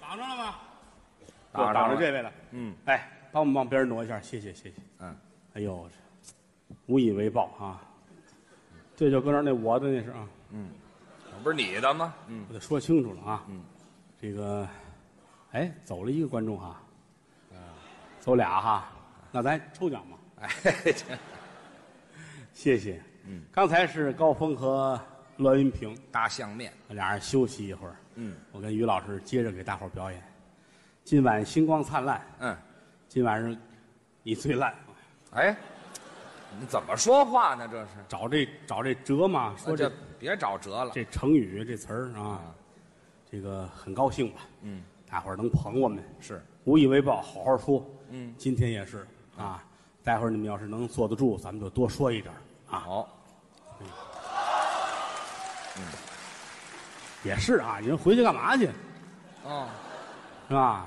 挡着了吗？挡着了挡着这位了。嗯，哎，帮我们往边儿挪一下，谢谢谢谢。嗯，哎呦，这无以为报啊！这就搁那儿那我的那是啊，不是你的吗？嗯，我得说清楚了啊。嗯，这个，哎，走了一个观众哈，啊走俩哈，那咱抽奖吧。哎，这谢谢。嗯，刚才是高峰和栾云平大相面，俩人休息一会儿。嗯，我跟于老师接着给大伙儿表演。今晚星光灿烂，嗯，今晚是你最烂。啊哎，你怎么说话呢？这是，找这找这折嘛，说这啊这别找辙了。这成语这词儿啊啊，这个很高兴吧？嗯，大伙儿能捧我们，是，无以为报，好好说。嗯，今天也是啊，待会儿你们要是能坐得住，咱们就多说一点儿啊。好，也是啊，你们回去干嘛去哦，是吧？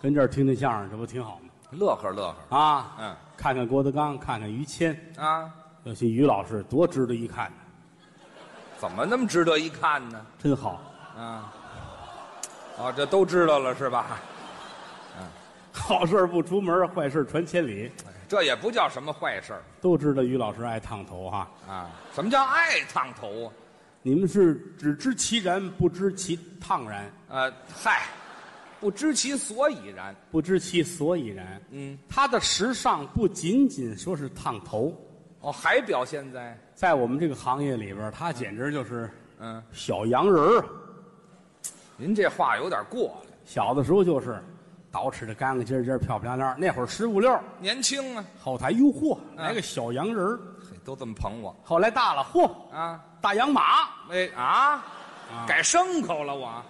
跟这儿听听相声，这不挺好吗？乐呵乐呵。啊，嗯看看郭德纲，看看于谦，啊，尤其于老师多值得一看，怎么那么值得一看呢？真好。 啊，哦，这都知道了是吧？好事儿不出门，坏事儿传千里，这也不叫什么坏事儿都知道于老师爱烫头哈、啊。什么叫爱烫头啊？你们是只知其然，不知其烫然，呃，嗨，不知其所以然。不知其所以然。嗯，他的时尚不仅仅说是烫头，哦，还表现在在我们这个行业里边，他简直就是嗯，小洋人儿。啊您这话有点过了。小的时候就是捯饬的干干净净、漂漂亮亮。那会儿十五六，年轻啊，后台哟嚯，来啊个小洋人儿。嘿都这么捧我后来大了，嚯，啊？大洋马，哎啊，改牲口了我，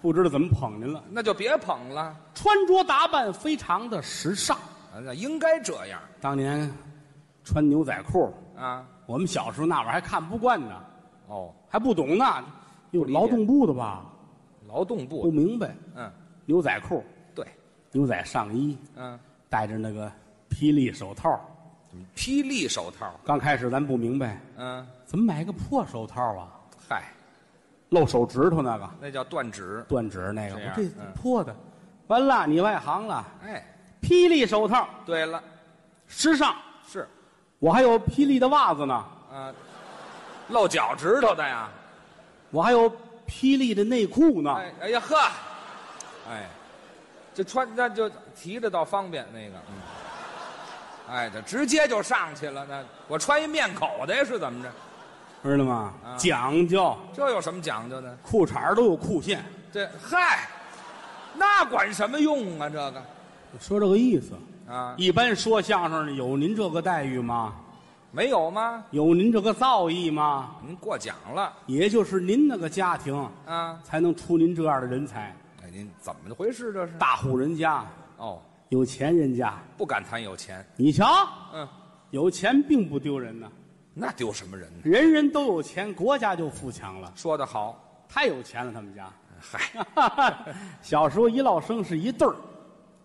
不知道怎么捧您了。那就别捧了。穿着打扮非常的时尚。啊那应该这样当年穿牛仔裤，啊。我们小时候那玩意儿还看不惯呢。哦，还不懂呢，有理解劳动部的吧？劳动不部，明白，嗯，牛仔裤、对，牛仔上衣，嗯，戴着那个霹雳手套。霹雳手套，刚开始咱不明白，嗯，怎么买个破手套啊？嗨，露手指头那个那叫断指。断指那个，这我样这嗯破的，完了你外行了。哎，霹雳手套对了，时尚，是我还有霹雳的袜子呢，啊，露脚趾头的呀。我还有霹雳的内裤呢。哎，哎呀呵，哎，这穿那就提着倒方便那个。嗯哎，这直接就上去了。那我穿一面口袋是怎么着？知道吗？啊讲究，这有什么讲究呢？裤衩儿都有裤线，这嗨，那管什么用啊？这个说这个意思。啊，一般说相声的有您这个待遇吗？没有吗？有您这个造诣吗？您过奖了也就是您那个家庭，啊？才能出您这样的人才。哎，您怎么回事？这是大户人家，哦，有钱人家，不敢谈有钱。你瞧，嗯，有钱并不丢人呐，那丢什么人呢？人人都有钱，国家就富强了。说得好，太有钱了，他们家。嗨 小时候一落生是一对儿，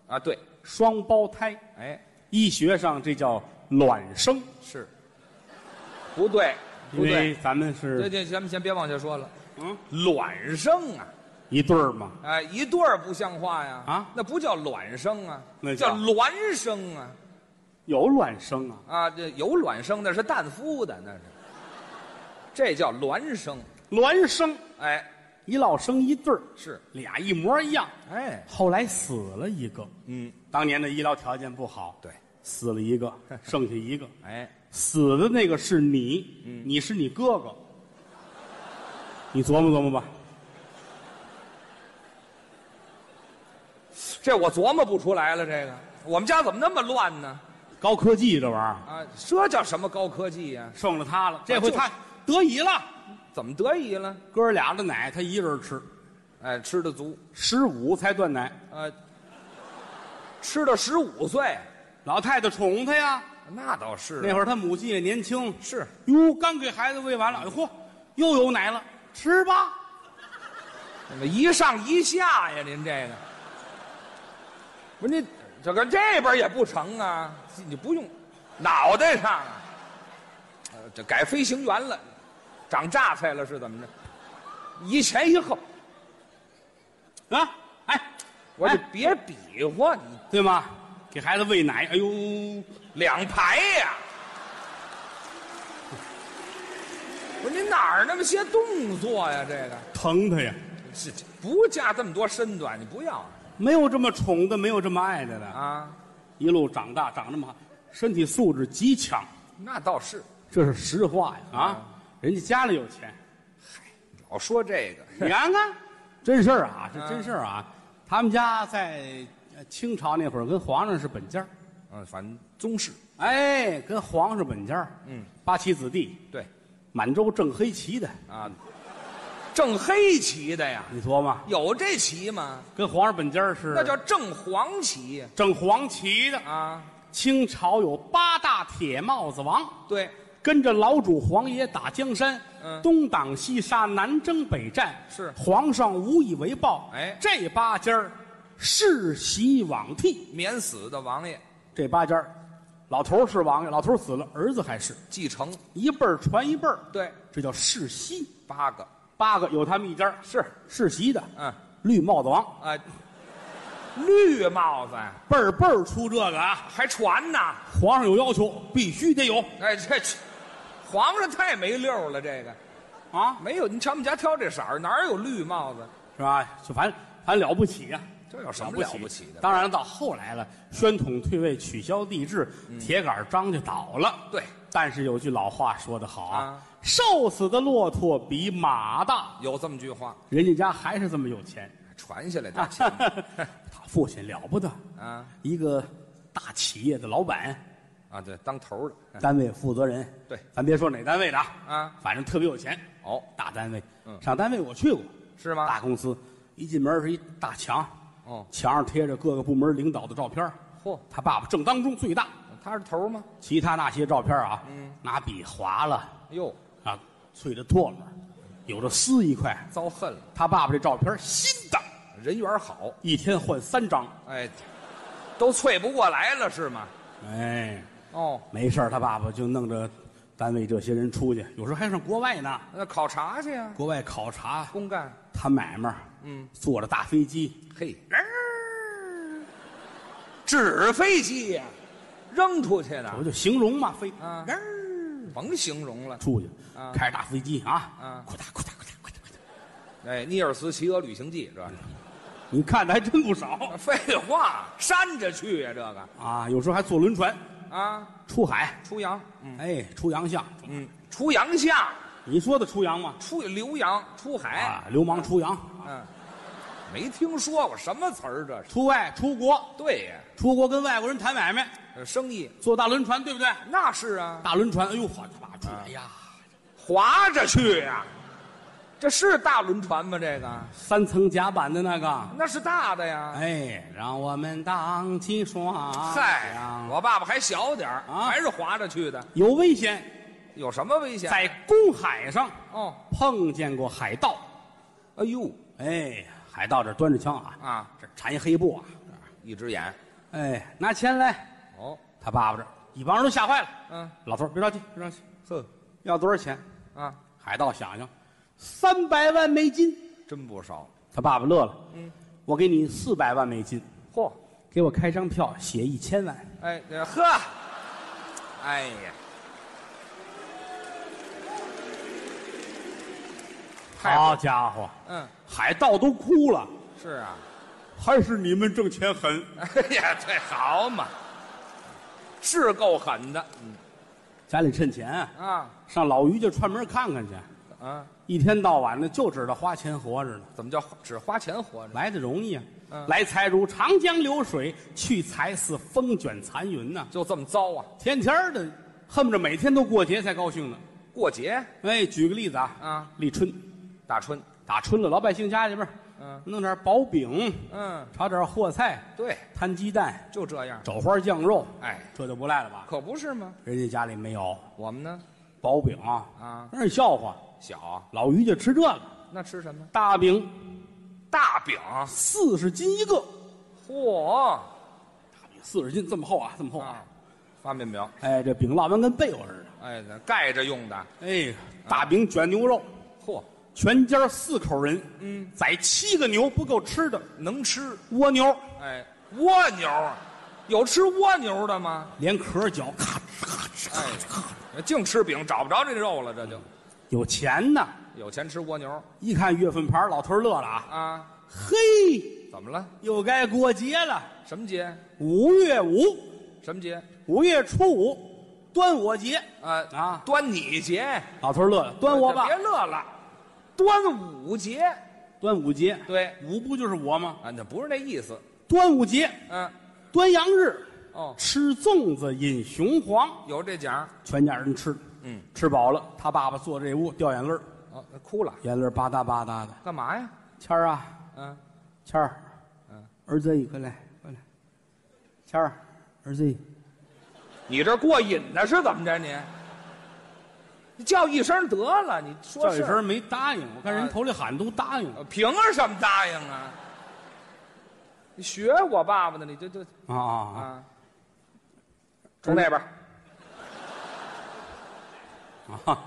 啊，对，双胞胎，哎，医学上这叫卵生，是，不对，因不对为，咱们这是这咱们先别往下说了。嗯卵生啊，一对儿嘛。哎，一对儿不像话呀！啊那不叫卵生啊，那叫叫孪生啊！有卵生啊，啊，这有卵生那是蛋孵的，那是，这叫孪生。孪生，哎，一落生一对儿，是，俩一模一样。哎，后来死了一个，嗯，当年的医疗条件不好，对，死了 一个，剩下一个，哎，死的那个是你，嗯你是你哥哥，你琢磨琢磨吧。这我琢磨不出来了。这个我们家怎么那么乱呢？高科技这玩意儿，啊，这叫什么高科技呀、剩了他了，这这回回他他得以了，怎么得意了？哥俩的奶他一人吃，哎，吃的足，十五才断奶，呃，吃到十五岁，老太太宠他呀。那倒是啊那会儿他母亲也年轻，是哟，刚给孩子喂完了，哎嚯，又有奶了，吃吧。怎么一上一下呀？您这个，不是您这个这边也不成啊？你不用脑袋上啊，呃这改飞行员了，长榨菜了是怎么着？一前一后，啊，我得哎别比划你对吗？给孩子喂奶，哎呦，两排呀、不是您哪儿那么些动作呀？这个疼他呀！这这不加这么多身段，你不要没有这么宠的，没有这么爱的的，啊？一路长大长那么好，身体素质极强，那倒是，这是实话呀！啊，人家家里有钱，老说这个，你看看，真事儿啊，这真事儿啊。他们家在呃清朝那会儿跟皇上是本家儿，嗯，反正宗室哎，跟皇上是本家嗯，八旗子弟，对满洲正黑旗的，啊，正黑旗的呀，你琢磨，有这旗吗？跟皇上本家儿是那叫正黄旗呀正黄旗的。啊，清朝有八大铁帽子王，对，跟着老主皇爷打江山，嗯东挡西杀，南征北战，是皇上无以为报。哎这八家儿世袭罔替，免死的王爷这八家儿老头儿是王爷，老头儿死了，儿子还是继承，一辈儿传一辈儿，对，这叫世袭。八个八个有他们一家儿是，世袭的，嗯绿帽子王，啊，绿帽子辈儿辈儿出这个啊！还传呢，皇上有要求，必须得有哎这这，皇上太没溜了，这个啊，没有，你瞧我们家挑这色儿，哪有绿帽子？是吧？就反正反正了不起呀、这有什了么不了起不起的？当然，到后来了，宣统退位，取消帝制，嗯铁杆张家倒了。对，但是有句老话说得好啊啊，瘦死的骆驼比马大。有这么句话，人家家还是这么有钱，传下来的啊、 他父亲了不得，啊一个大企业的老板，啊，对，当头的单位负责人。对咱别说哪单位的啊，啊，反正特别有钱，哦，大单位。嗯啊上单位我去过，是吗？大公司，一进门是一大墙，哦，墙上贴着各个部门领导的照片儿，嚯，他爸爸正当中最大。他是头吗？其他那些照片啊，拿笔划了哟，啊，碎了唾沫，有的撕一块。遭恨了，他爸爸这照片新的，人缘好，一天换三张。哎，都萃不过来了是吗？哎，哦，没事儿他爸爸就弄着单位这些人出去，有时候还上国外呢，那考察去呀，国外考察公干，他买卖。嗯，坐着大飞机，嘿，纸飞机呀，扔出去我的，就形容嘛，飞啊甭形容了。出去啊，开着大飞机啊啊，快打快打快打快打快打，哎，尼尔斯《骑鹅旅行记》这是 你看的还真不少废话，扇着去呀，这个啊。有时候还坐轮船啊，出海，出洋，嗯哎，出洋相。嗯，出洋相，你说的出洋吗？出留洋，出海，啊，流氓出洋，嗯，没听说过什么词儿这是？出外出国，对呀，出国跟外国人谈买卖，呃生意坐大轮船，对不对？那是啊，大轮船，哎呦，哗，他爸出来，哎呀，划着去呀、这是大轮船吗？这个三层甲板的那个，那是大的呀。哎，让我们荡起双嗨桨，，我爸爸还小点儿，啊还是划着去的，有危险，有什么危险？在公海上哦，碰见过海盗，哎呦哎，海盗这端着枪啊，啊，这缠一黑布啊，一只眼，哎，拿钱来，哦，他爸爸这一帮人都吓坏了，嗯，老头儿别着急，别着急，呵，要多少钱？啊，海盗想想，三百万美金。真不少，他爸爸乐了，嗯，我给你四百万美金，嚯，给我开张票，写一千万。哎，呃呵，哎呀，太好好，家伙，嗯，海盗都哭了，是啊，还是你们挣钱狠。哎呀，这好嘛，是够狠的，家里趁钱啊，啊上老于家串门看看去，啊，一天到晚的就知道花钱活着呢，怎么叫只花钱活着？来的容易啊。嗯来财如长江流水，去财似风卷残云呐、就这么糟啊？天天儿的，恨不着每天都过节才高兴呢。过节哎，举个例子啊，啊，立春，打春，打春了，老百姓家里边儿嗯弄点薄饼，嗯，炒点和菜，对，摊鸡蛋、就这样。肘花酱肉，哎，这就不赖了吧？可不是吗？人家家里没有我们呢？薄饼啊，啊，让人笑话。小老于就吃这个那吃什么？大饼，大饼，四十斤一个，嚯四十斤这么厚啊，这么厚啊！啊，发面饼，哎，这饼烙完跟被窝似的。哎，那盖着用的，哎，大饼卷牛肉，嚯，全家四口人，嗯，宰七个牛不够吃的，能吃。蜗牛哎，蜗牛，有吃蜗牛的吗？连壳儿嚼，咔哧咔哧咔哧咔哧。哎，净吃饼，找不着这肉了，这就有钱呢，有钱吃蜗牛一看月份牌儿，老头儿乐了啊，啊？嘿，怎么了？又该过节了。什么节？五月五，什么节？五月初五，端午节啊啊端你节，老头儿乐了，端我吧别，乐了，端午节。端午节，对，五不就是我吗？啊，那不是那意思。端午节，嗯、端阳日，哦，吃粽子，饮雄黄，有这讲。全家人吃，嗯，吃饱了，他爸爸坐这屋掉眼泪儿，哦，哭了，眼泪儿吧嗒吧嗒的。干嘛呀？谦儿啊，嗯、谦儿，嗯，儿子，快来，快来，谦儿，儿子，你这过瘾呢是怎么着你？你叫一声得了，你说叫一是声没答应，我看人啊头里喊都答应了呃凭什么答应啊？你学我爸爸呢？你这这啊啊啊啊，从那边啊！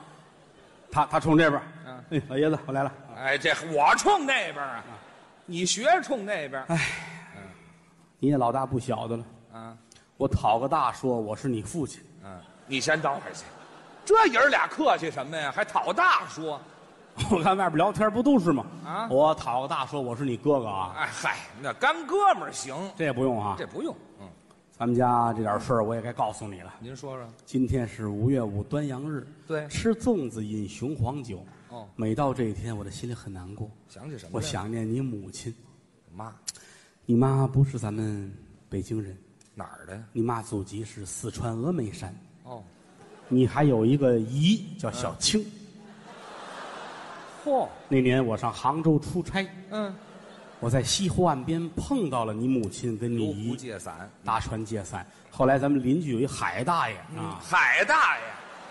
他他冲这边儿嗯，哎，老爷子，我来了。哎，这我冲那边啊，你学冲那边你也老大不小的了，啊，我讨个大说我是你父亲，嗯，你先倒回去，这爷儿俩客气什么呀？还讨大说，我看外边聊天不都是吗？啊我讨个大说我是你哥哥啊，哎嗨，那干哥们儿行，这也不用啊这。不用，嗯，咱们家这点事儿我也该告诉你了。您说说，今天是五月五端阳日，对吃粽子饮雄黄酒。哦每到这一天，我的心里很难过，想起什么？我，想念你母亲。妈，你妈不是咱们北京人，哪儿的呀？你妈祖籍是四川峨眉山。哦，你还有一个姨叫小青。嚯，那年我上杭州出差，嗯，我在西湖岸边碰到了你母亲跟你游湖姨，借伞，搭船借伞。后来咱们邻居有一海大爷啊，海大爷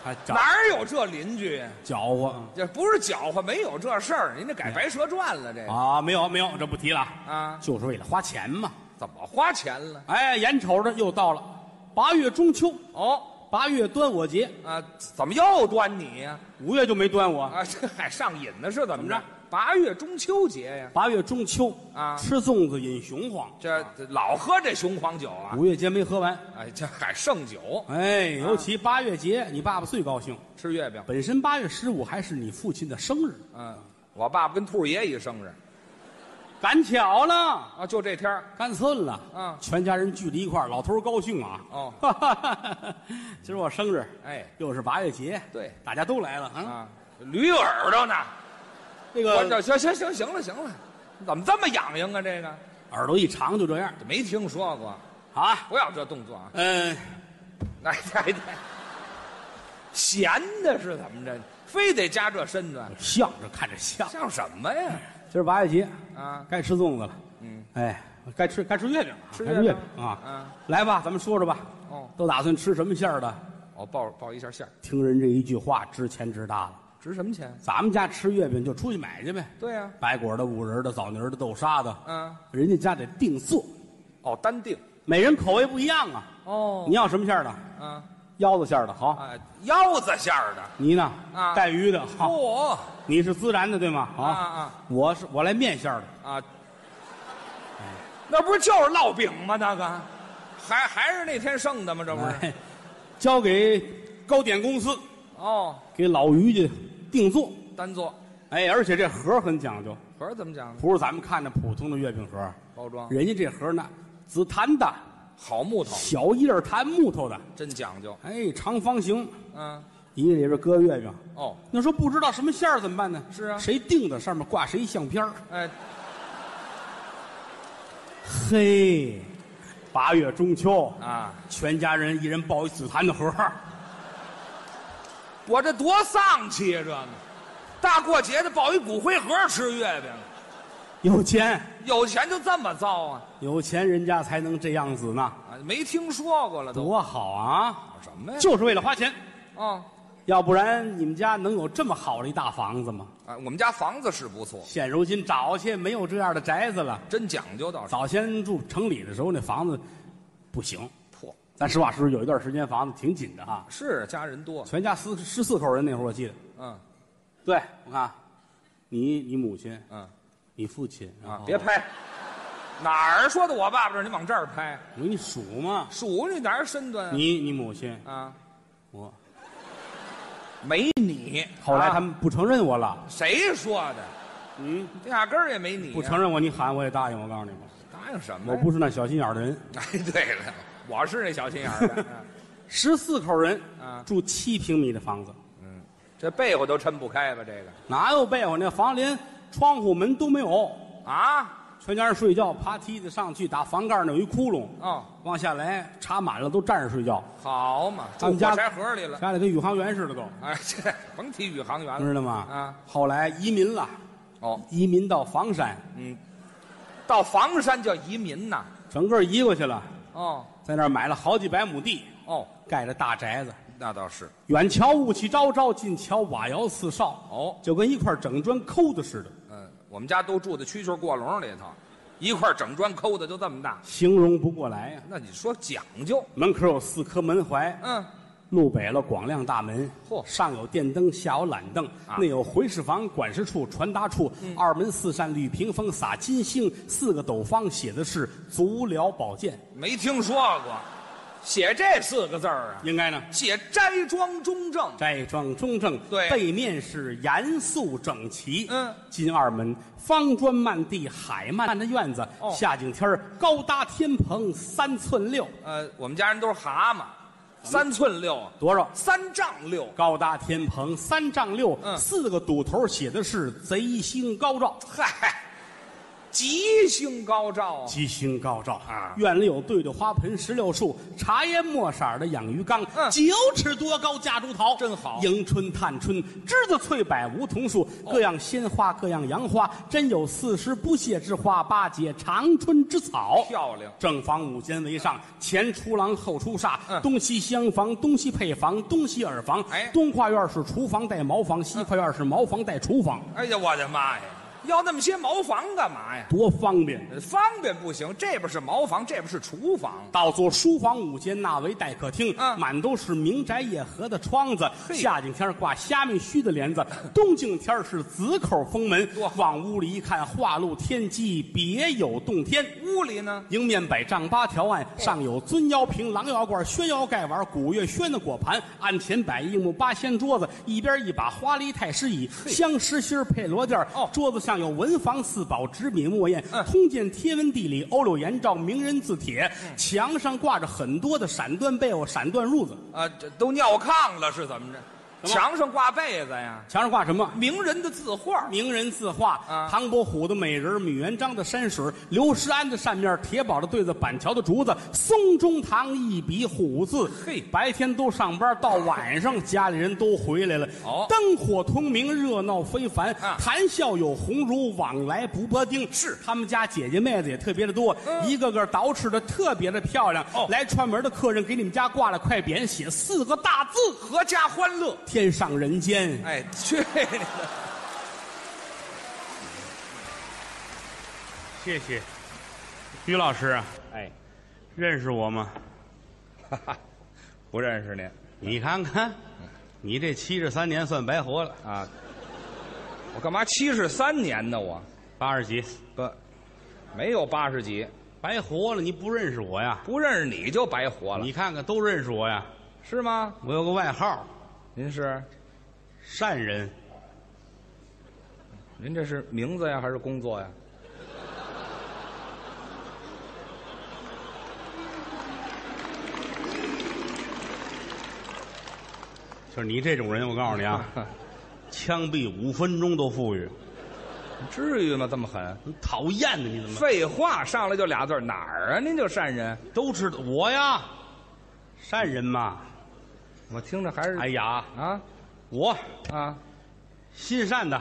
他搅嗯哪儿有这邻居呀？搅和这不是搅和，没有哦这事儿，您这改《白蛇传》了，这个啊，没有没有，这不提了啊，啊，就是为了花钱嘛。怎么花钱了？哎，眼瞅着又到了八月中秋，哦，八月端午节，啊，怎么又端你呀？五月就没端午，啊，这还上瘾呢，是怎么怎么着着？八月中秋节呀，八月中秋啊吃粽子饮雄黄，这这老喝这雄黄酒啊，五月节没喝完。哎，这还剩酒，哎，尤其八月节，你爸爸最高兴。吃月饼。本身八月十五还是你父亲的生日，嗯，我爸爸跟兔爷一生日赶巧了，啊，就这天儿赶寸了。嗯全家人聚在一块儿，老头儿高兴啊。 哦，今儿我生日，哎，又是八月节，对大家都来了啊。啊，驴耳朵呢？这我个这呃行行行行了行了，怎么这么痒痒啊？这个耳朵一长就这样这没听说过，啊。不要这动作啊！嗯，哎哎哎，闲的是怎么着？非得加这身段，像这看着像。像什么呀？今儿八月节，啊，该吃粽子了。嗯，哎，该吃该吃月饼了，吃该月饼啊。啊，来吧，咱们说说吧，哦，都打算吃什么馅儿的？我报报一下馅儿，听人这一句话，值钱值大了。值什么钱？咱们家吃月饼就出去买去呗，对呀、白果的、五仁的、枣泥的、豆沙的，嗯，人家家得定做，哦，单定，每人口味不一样啊。哦你，要什么馅儿的？啊腰子馅儿的好，啊，腰子馅儿的，你呢？啊带鱼的好，嚯、你是孜然的对吗？好，啊啊我是我来面馅儿的，啊，哎那不是就是烙饼吗？那个，还还是那天剩的吗？这不是？哎，交给糕点公司哦，给老于家定做。单做哎，而且这盒儿很讲究，盒儿怎么讲？不是咱们看着普通的月饼盒儿，包装人家这盒儿呢，紫檀的，好木头，小叶儿檀木头的，真讲究。哎，长方形，嗯，一个里边搁月饼，哦，那说不知道什么馅儿怎么办呢？是啊谁定的？上面挂谁相片儿哎，嘿，八月中秋，啊，全家人一人抱一紫檀的盒儿我这多丧气啊！这个，大过节的抱一骨灰盒吃月饼，有钱有钱就这么糟啊？有钱人家才能这样子呢，啊，没听说过了都。多好啊！什么呀？就是为了花钱，哦，要不然你们家能有这么好的一大房子吗？啊，我们家房子是不错，现如今找去没有这样的宅子了。真讲究倒是早先住城里的时候，那房子不行。破。咱实话实说，有一段时间房子挺紧的啊，是家人多，全家四十四口人那会儿，我记得。嗯，对，我看啊你你母亲，嗯你父亲啊，别，拍，哪儿说的我爸爸这儿？你往这儿拍，我给你数嘛，数你哪儿身段啊？你你母亲，啊，我没你。后来啊他们不承认我了，谁说的？嗯，这压根儿也没你啊、不承认我，你喊我也答应，我告诉你吧，答应什么我呀？不是那小心眼儿的人。 哎，对了，我是那小心 眼儿的，嗯十四口人啊住七平米的房子，这被窝都抻不开吧？这个哪有被窝？那房连窗户门都没有，啊，全家人睡觉，爬梯子上去，打房盖儿那有一窟窿，哦，往下来插满了，都站着睡觉。好嘛，他住们火家柴盒里了。家里跟宇航员似的都，哎，这 甭提宇航员了。知道吗？啊，后来移民了，哦，移民到房山，到房山叫移民呐。整个移过去了，哦在那儿买了好几百亩地，哦，盖着大宅子。那倒是。远瞧雾气昭昭，近瞧瓦窑四少，哦，就跟一块整砖抠的似的，嗯，我们家都住在蛐蛐过笼里头，一块整砖抠的就这么大。形容不过来呀、啊那你说讲究？门口有四颗门槐，嗯，路北了广亮大门，嚯上有电灯，下有懒凳，啊嗯内有回事房、管事处、传达处，二门四扇绿屏风，撒金星，四个斗方写的是足疗保健，没听说过，写这四个字儿啊，应该呢。写斋庄中正。斋庄中正，对背面是严肃整齐。嗯，进二门，方砖漫地，海漫的院子。哦夏景天儿高搭天棚三寸六，呃，我们家人都是蛤蟆，三寸六啊，多少？三丈六。高搭天棚三丈六，嗯四个堵头写的是贼星高照。嗨，吉星高照啊！吉星高照啊院里有对对花盆石榴树，茶烟墨色儿的养鱼缸，嗯九尺多高夹竹桃，真好哦迎春、探春、栀子、翠柏、梧桐树，各样鲜花，各样洋花，真有四时不谢之花，八节长春之草。漂亮，正房五间为上，前出廊后出煞，嗯东西厢房，东西配房，东西耳房。哎东跨院是厨房带茅房，西跨院是茅房带厨房，哎呀，我的妈呀！要那么些茅房干嘛呀？多方便！方便不行，这边是茅房，这边是厨房，倒座书房五间，那为待客厅，嗯满都是明宅野荷的窗子。嘿夏景天挂虾米须的 帘子，冬景天是紫口封门多。好往屋里一看，画露天机，别有洞天。屋里呢迎面北丈八条案，上有尊腰瓶、狼腰罐、宣腰盖碗、古月轩的果盘，案前摆一木八仙桌子，一边一把花梨太师椅，镶石心儿配罗垫儿哦桌子上有文房四宝、纸笔墨砚嗯，通鉴天文地理、欧柳颜照、名人字帖，墙上挂着很多的闪缎被窝、闪缎褥子，啊，这都尿炕了是怎么着？怎么墙上挂被子呀，墙上挂什么？名人的字画，名人字画啊，唐伯虎的美人儿，米元璋的山水儿，刘石安的扇面儿，铁宝的对子，板桥的竹子，松中堂一笔虎字。嘿白天都上班，到晚上家里人都回来了，哦灯火通明，热闹非凡，啊谈笑有鸿儒，往来不拨丁。是他们家姐姐妹子也特别的多，嗯一个个捯饬的特别的漂亮。哦来串门的客人给你们家挂了块匾，写四个大字阖家欢乐。 “天上人间”。哎，去 你的！谢谢，于老师啊，哎，认识我吗？不认识您你看看，你这七十三年算白活了，啊？我干嘛七十三年呢？我八十几，不，没有八十几，白活了，你不认识我呀？不认识你就白活了你，看看都认识我呀？是吗？我有个外号，您是善人，您这是名字呀，还是工作呀？就是你这种人，我告诉你啊，枪毙五分钟都富裕， 至于吗？这么狠？你讨厌的，你怎么废话，上来就俩字儿哪儿啊？您就善人，都知道我呀？善人嘛，我听着还是、哎呀，啊我啊，心善的，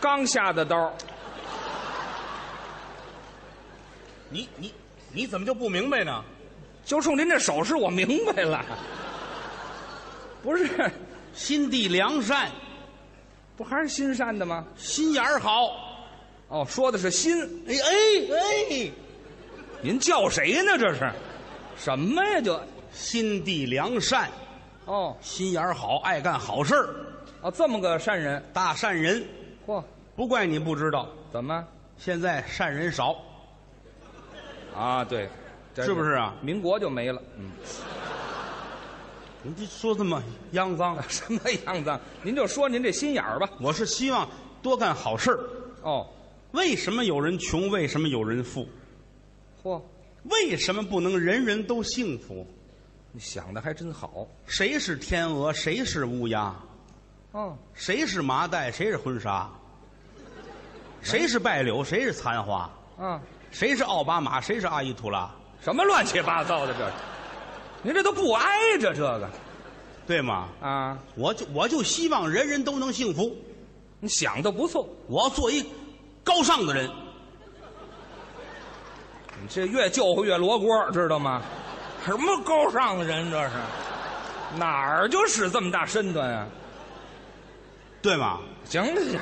刚下的刀，你你你怎么就不明白呢？就冲您这手势，我明白了。不是，心地良善，不还是心善的吗？心眼儿好。哦，说的是心，哎哎哎！您叫谁呢？这是什么呀？就心地良善，哦，心眼儿好，爱干好事儿。啊，这么个善人，大善人，嚯，不怪你不知道，怎么现在善人少，啊？对，这是不是啊民国就没了，嗯，你这说这么肮脏。 什么样子？您就说您这心眼儿吧。我是希望多干好事儿。哦，为什么有人穷？为什么有人富？嚯，为什么不能人人都幸福？你想的还真好。谁是天鹅？谁是乌鸦？哦，谁是麻袋？谁是婚纱？谁是败柳？谁是残花？啊，谁是奥巴马？谁是阿依图拉？什么乱七八糟的这是？您这都不挨着这个对吗？啊？我就我就希望人人都能幸福。你想的不错，我要做一高尚的人。你这越救活越罗锅，知道吗？什么高尚人这是？哪儿就使这么大身段啊？对吗？行了行了，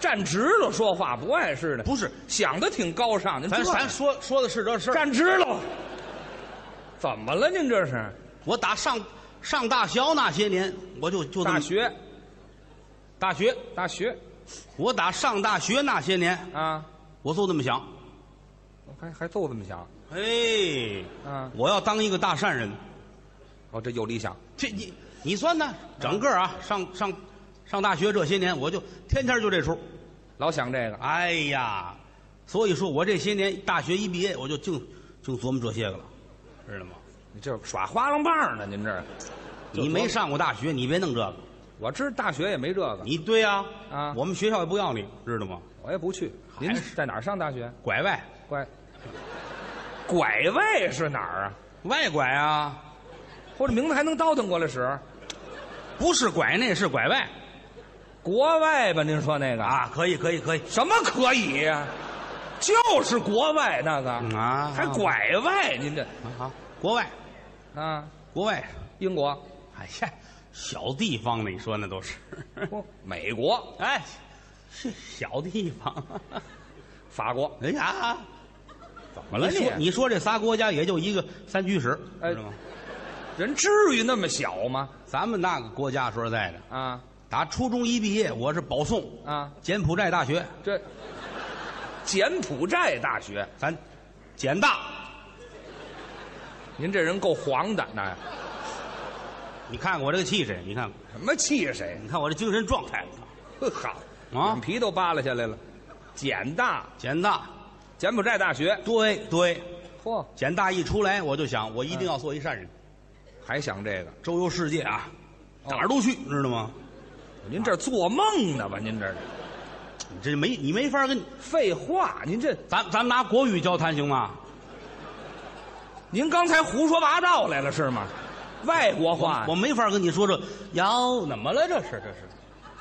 站直了说话不碍事的，不是，想的挺高尚。您咱这咱说说的是这事儿。站直了，怎么了？您这是我打上上大学那些年，我就就这么大学大学，大学我打上大学那些年，啊？我就这么想，还还就这么想哎，啊？我要当一个大善人。哦，这有理想，这你你算呢？整个啊，上上上大学这些年，我就天天就这出。老想这个啊。哎呀，所以说我这些年大学一毕业，我就净净琢磨这些个了，知道吗？你这耍花浪棒呢？您这儿就你没琢磨上过大学，你别弄这个。我知道大学也没这个，你对呀、啊我们学校也不要你，知道吗？我也不去。您还是在哪儿上大学？拐外，拐拐位是哪儿啊？外拐啊，或者名字还能倒腾过来使？不是拐内是拐外国外吧？您说那个？啊，可以可以可以什么可以呀、就是国外那个，嗯啊，还拐外？您这啊啊，国外啊，国外，英国、哎呀，小地方呢，你说那都是， 不美国、哎，是小地方， 法国，哎呀，怎么你说你你说这仨国家也就一个三居室，哎知道吗？人至于那么小吗？咱们那个国家说实在的，啊打初中一毕业，我是保送啊，柬埔寨大学，这柬埔寨大学，咱柬大。您这人够黄的，那你看看我这个气质，你看，什么气谁？你看我这精神状态，呵好，啊脸皮都扒拉下来了。柬大简大，哎柬埔寨大学，对对，嚯，简大一出来，我就想，我一定要做一善人，还想这个？周游世界啊，哦哪儿都去，知道吗？您这做梦呢吧？您这你这没你没法跟，废话，您这咱咱们拿国语交谈行吗？您刚才胡说八道来了是吗？外国话，我没法跟你说这哟，怎么了？这是这是，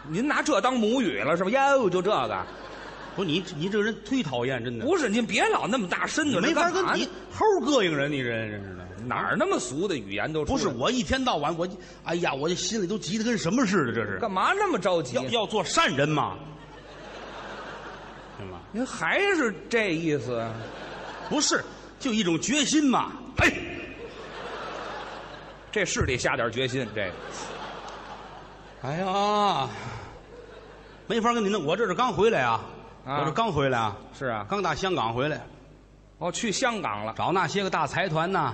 您拿这当母语了是吧？哟，就这个，不是你你这个人忒讨厌，真的，不是您别老那么大身你子，没法这干嘛跟你呢齁膈应人，你这人真是的。哪儿那么俗的语言都出不来是我一天到晚我，哎呀，我这心里都急得跟什么似的，这是干嘛那么着急要？要做善人嘛，对吗？您还是这意思啊？不是，就一种决心嘛。嘿，这是得下点决心，这个哎呀，没法跟你弄，我这是刚回来啊，啊我这刚回来啊，是啊。刚打香港回来，哦，去香港了，找那些个大财团呐，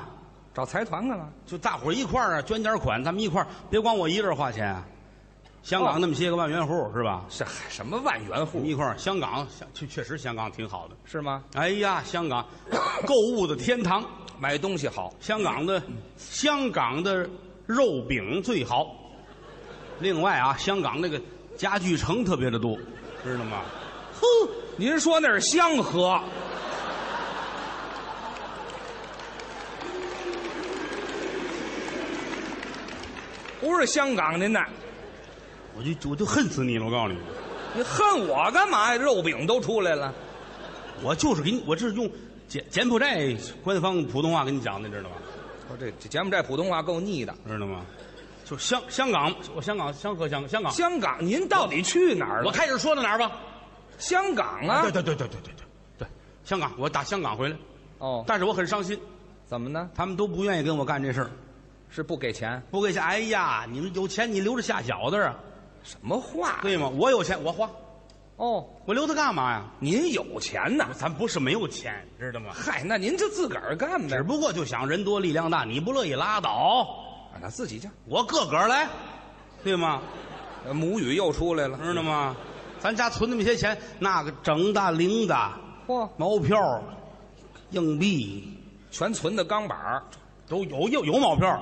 找财团去了。就大伙儿一块儿啊捐点款，咱们一块儿，别光我一个人花钱啊。香哦港那么些个万元户是吧？这嗨什么万元我户们一块儿，香港香确确实香港挺好的。是吗？哎呀，香港 购物的天堂，买东西好，香港的香港的肉饼最好。另外啊，香港那个家具城特别的多，知道吗？呵，您说那是香河？不是香港，您那，我就我就恨死你了！我告诉你，你恨我干嘛呀？肉饼都出来了，我就是给你，我这是用柬柬埔寨官方普通话跟你讲的，知道吗？我哦这这柬埔寨普通话够腻的。知道吗？就香香港，我香港香河香香港，香港，您到底去哪儿我了？开始说到哪儿吧？香港啊对，对对对对对对对，香港，我打香港回来，哦，但是我很伤心，怎么呢？他们都不愿意跟我干这事儿。是不给钱？不给钱，哎呀，你们有钱你留着下饺子啊，什么话？对吗？我有钱，我花，哦，我留它干嘛呀？您有钱呐？咱不是没有钱，知道吗？嗨，那您就自个儿干呗只，不过就想人多力量大，你不乐意拉倒，啊那自己干。我个个儿来，对吗？呃母语又出来了，知道吗？咱家存那么些钱，那个整的、零的、嚯，毛票、硬币全存的钢板儿都有，有有毛票，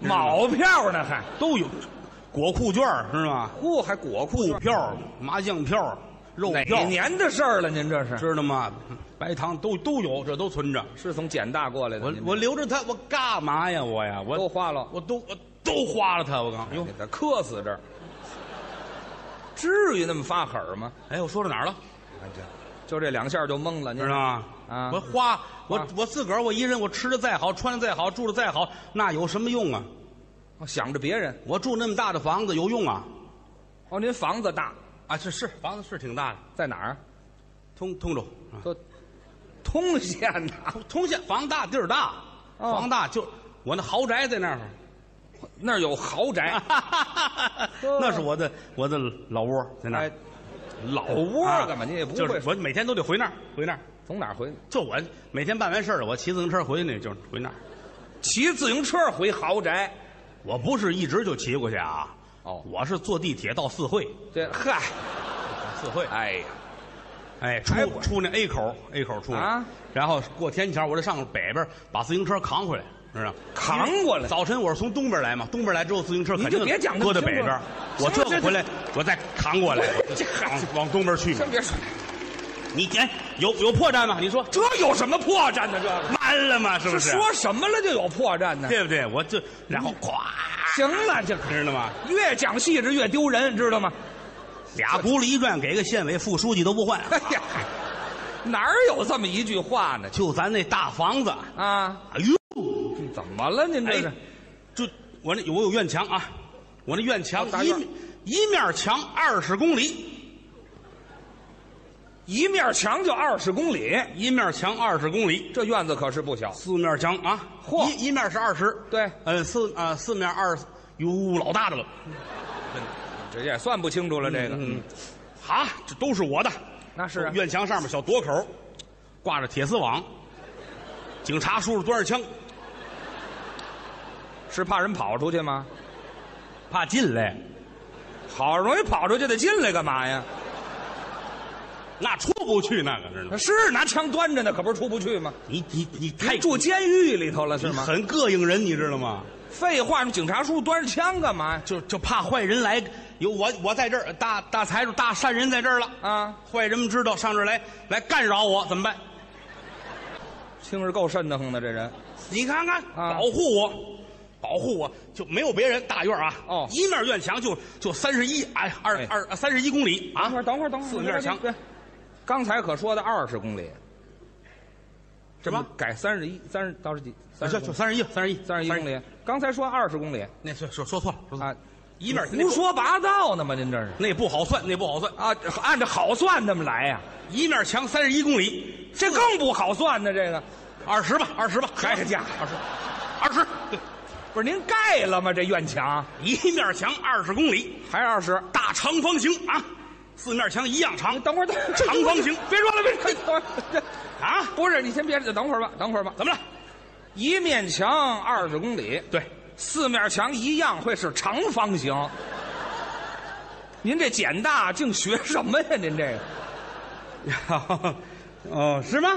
毛票 呢还，都有，裹裤券儿知道吗？嚯，还裹裤股票、麻将票、肉哪票，年的事儿了？您这是知道吗？白糖都都有，这都存着。是从柬大过来的？我您我留着它，我干嘛呀？我呀，都我花了，我都我都花了它。我刚哟哎给，他磕死这儿，至于那么发狠儿吗？哎，我说到哪儿了？就这两下就懵了，您知道吗？啊我花我啊我自个儿我一人，我吃的再好，穿的再好，住的再好，那有什么用啊？哦想着别人我住那么大的房子有用啊？哦，您房子大啊，是是，房子是挺大的，在哪儿？通通州啊，都通县呐，通通县房大地儿大，哦房大就我那豪宅在那 儿，那儿有豪啊宅，那是我的我的老窝在那儿哦哎，，老窝啊干嘛你也不会就是我每天都得回那儿，回那儿。从哪儿回？就我每天办完事儿，我骑自行车回去，就回那儿。骑自行车回豪宅。我不是一直就骑过去啊，哦我是坐地铁到四惠，这嗨，四惠，哎呀，哎，出哎我出那 A 口，A 口出来，啊然后过天桥，我得上北边把自行车扛回来，知道吗？扛过来早晨我是从东边来嘛，东边来之后自行车你肯就定别讲那搁在么北清楚边了，我这行个行回来我再扛过来，这往往东边去嘛先。别说，你哎，有有破绽吗？你说这有什么破绽呢？这个完了吗？是不是？说嗯什么了就有破绽呢？对不对？我就然后咵，行了，这知道吗？越讲细致越丢人，知道吗？ 俩轱辘一转，给个县委副书记都不换。哎呀，哪儿有这么一句话呢？就咱那大房子，啊，哎呦，怎么了？您这是哎，就我那我有院墙啊，我那院墙哦大一院面一面墙二十公里，一面墙就二十公里，一面墙二十公里，这院子可是不小。四面墙啊，嚯一一面是二十，对呃四啊、四面二十，哟老大的了，这也算不清楚了，这个。嗯，哈，这都是我的，那是啊院墙上面小垛口，挂着铁丝网，警察叔叔端着枪，是怕人跑出去吗？怕进来，好容易跑出去的进来干嘛呀？那出不去那个知道吗？是拿枪端着呢，可不是出不去吗？你你你太还住监狱里头了是你吗？很膈应人，你知道吗？废话，警察叔端着枪干嘛呀？就就怕坏人来，有我我在这儿，大大财主大善人在这儿了，啊，坏人们知道上这儿来来干扰我怎么办？听着够瘆得慌的这人。你看看，啊保护我，保护我就没有别人。大院啊，哦一面院墙就就三十一，哎，二哎二三十一公里啊等会，儿，等会儿，等会儿，四面墙对，刚才可说的二十公里，什么？改三十一，三十到是几？就三十就三十一，三十一，三十一公。里。刚才说二十公里那说说说错了，说错了啊，一面胡说八道呢吗？您这是那不好算，那不好算，啊？按照好算那么来呀、一面墙三十一公里，这更不好算呢。这个二十吧，二十吧，哎呀二十，二十，对，不是您盖了吗？这院墙一面墙二十公里。还是二十？大长方形啊，四面墙一样长等会儿，等会儿长方形别说了，别说了等会儿这，啊，不是你先别，等会儿吧，等会儿吧。怎么了？一面墙二十公里，对，四面墙一样会是长方形。您这简大净学什么呀？您这个 哦，是吗？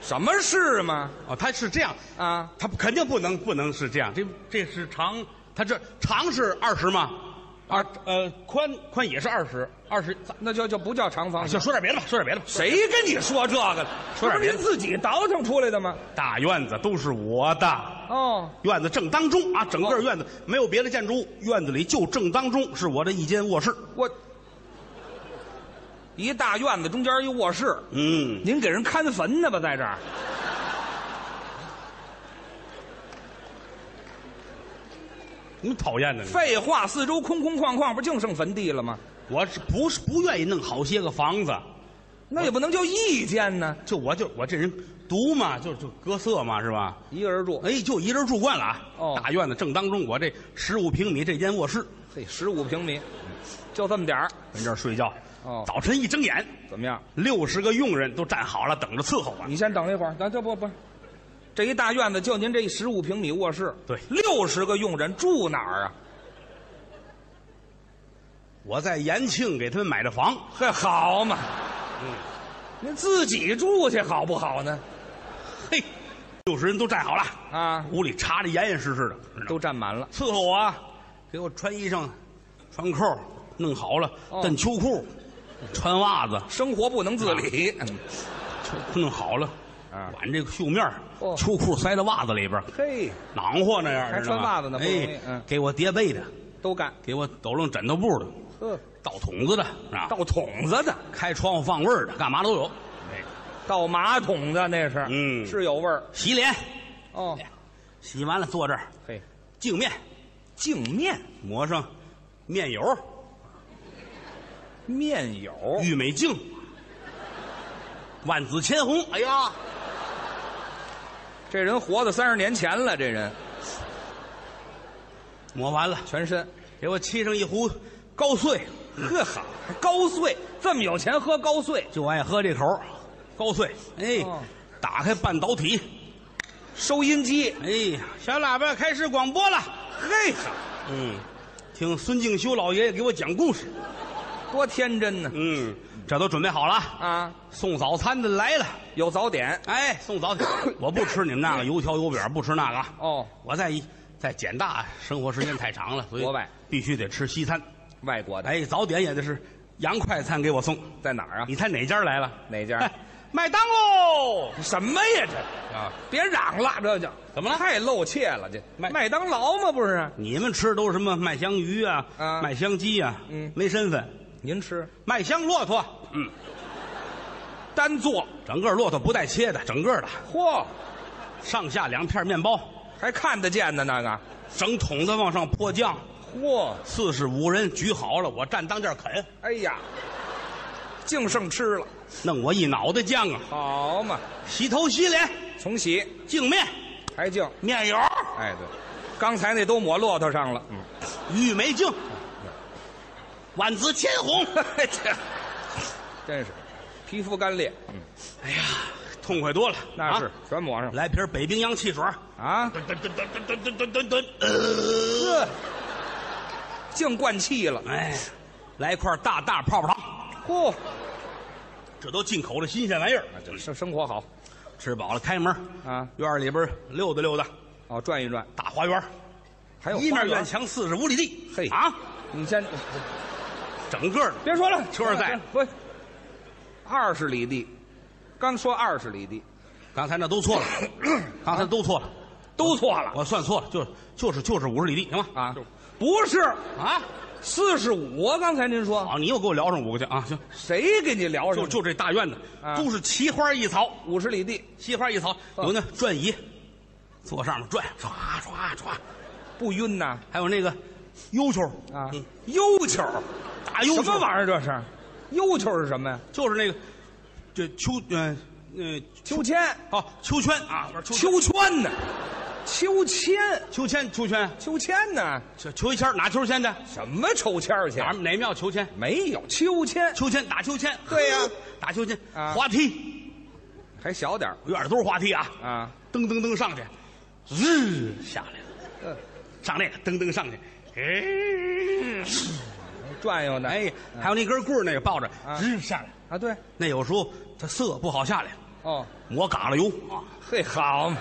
什么是吗？哦，它是这样，啊，它肯定不能不能是这样，这这是长，它这长是二十吗？啊，呃，宽宽也是二十，二十。那就就不叫长方就形。说点别的吧，说点别的吧。谁跟你说这个了？啊说点这不别的是您自己倒腾出来的吗？大院子都是我的，哦，院子正当中啊，整个院子没有别的建筑物，院子里就正当中是我的一间卧室。我一大院子中间一卧室，嗯，您给人看坟呢吧？在这儿，你讨厌的你。废话，四周空空旷旷，不净剩坟地了吗？我是不是不愿意弄好些个房子？那也不能叫一间呢，就我就我这人独嘛，就就割色嘛，是吧？一个人住。哎，就一人住惯了啊。哦大院子正当中，我这十五平米这间卧室，嘿，十五平米，就这么点儿，跟这儿睡觉。哦早晨一睁眼，怎么样？六十个佣人都站好了，等着伺候我。你先等一会儿，咱这不不，这一大院子就您这十五平米卧室，对六十个佣人住哪儿啊？我在延庆给他们买的房，这好嘛，嗯，您自己住去好不好呢？嘿，六十人都站好了，啊，屋里查的严严实实的，知道吗都占满了，伺候我啊，给我穿衣裳，穿扣弄好了，哦蹬秋裤，穿袜子生活不能自理。啊嗯秋裤弄好了，啊挽这个袖面儿哦秋裤塞到袜子里边儿，嘿，暖和那样儿，还知道吗穿袜子呢不容易哎嗯，给我叠被的，都干，给我抖楞枕头布的，呵，倒筒子的，啊，倒桶子的，开窗户放味儿的，干嘛都有。倒马桶的那是，哎嗯哎是有味儿。洗脸，哦，洗完了坐这儿，嘿，镜面镜面抹上面油、面友，玉美净、万紫千红。哎呀，这人活到三十年前了，这人抹完了，全身。给我沏上一壶高碎，呵好，还高碎，这么有钱喝高碎，就爱喝这口儿高碎。哎，哦打开半导体，收音机，哎呀，小喇叭开始广播了。嘿好，嗯，听孙敬修老爷爷给我讲故事。多天真呢嗯，这都准备好了，啊！送早餐的来了。有早点哎，送早 点，我不吃你们那个油条油饼，不吃那个啊。哦，我在一在简大生活时间太长了，所以国外必须得吃西餐。外国的哎，早点也得是洋快餐给我送。在哪儿啊？你猜哪家来了？哪家哎麦当劳什么呀这？啊！别嚷了，这就怎么了太露怯了，这麦麦当劳吗？不是？你们吃都是什么麦香鱼啊，啊麦香鸡啊，嗯没身份。您吃麦香骆驼，嗯，单做，整个骆驼不带切的，整个的，嚯，上下两片面包，还看得见的那个，整桶子往上泼酱，嚯，四十五人举好了，我站当间啃，哎呀，净剩吃了，弄我一脑袋酱啊！好嘛，洗头洗脸，重洗净面还净，面油，哎对，刚才那都抹骆驼上了，嗯，玉梅净，万紫千 红。这真是皮肤干裂，嗯，哎呀，痛快多了，那是、啊全抹上了来瓶北冰洋汽水，啊，吨吨吨吨吨吨吨吨吨呃呵，净灌气了，哎，来一块大大泡泡糖，嚯，这都进口的新鲜玩意儿。生生活好吃饱了开门，啊，院儿里边溜达溜达，哦，转一转，大花园，还有一哎花面园院墙四十五里地，嘿啊，你先整个的别说了，车上载不，二十里地，刚说二十里地，刚才那都 错了，刚才都错了，都错了我算错了，就就是就是五十里地，行吗？啊，不是啊，四十五啊，刚才您说好，你又给我聊上五个去啊！行，谁给你聊上就了？就这大院子，啊都是奇花异草，五十里地奇花异草有那转椅，坐上面转，唰唰唰，不晕呐还有那个悠球啊嗯，悠球打悠什球，么玩意儿哎这是？悠球是什么呀？就是那个，这秋嗯嗯，秋千，好秋千啊，玩秋秋千呢？秋千，秋千秋千，秋千呢？秋秋一签儿拿秋千去，什么抽签儿去？哪哪庙秋千？没有秋千，秋千打秋千，对呀呵打秋千，啊滑梯，还小点儿院里都是滑梯啊，啊。噔噔噔上去，日下来了，嗯上那个噔噔上去，哎。转悠呢。哎，还有那根棍儿那个抱着，啊直下来。啊，对，那有时候它色不好下来，哦，抹嘎了油啊。嘿，好嘛，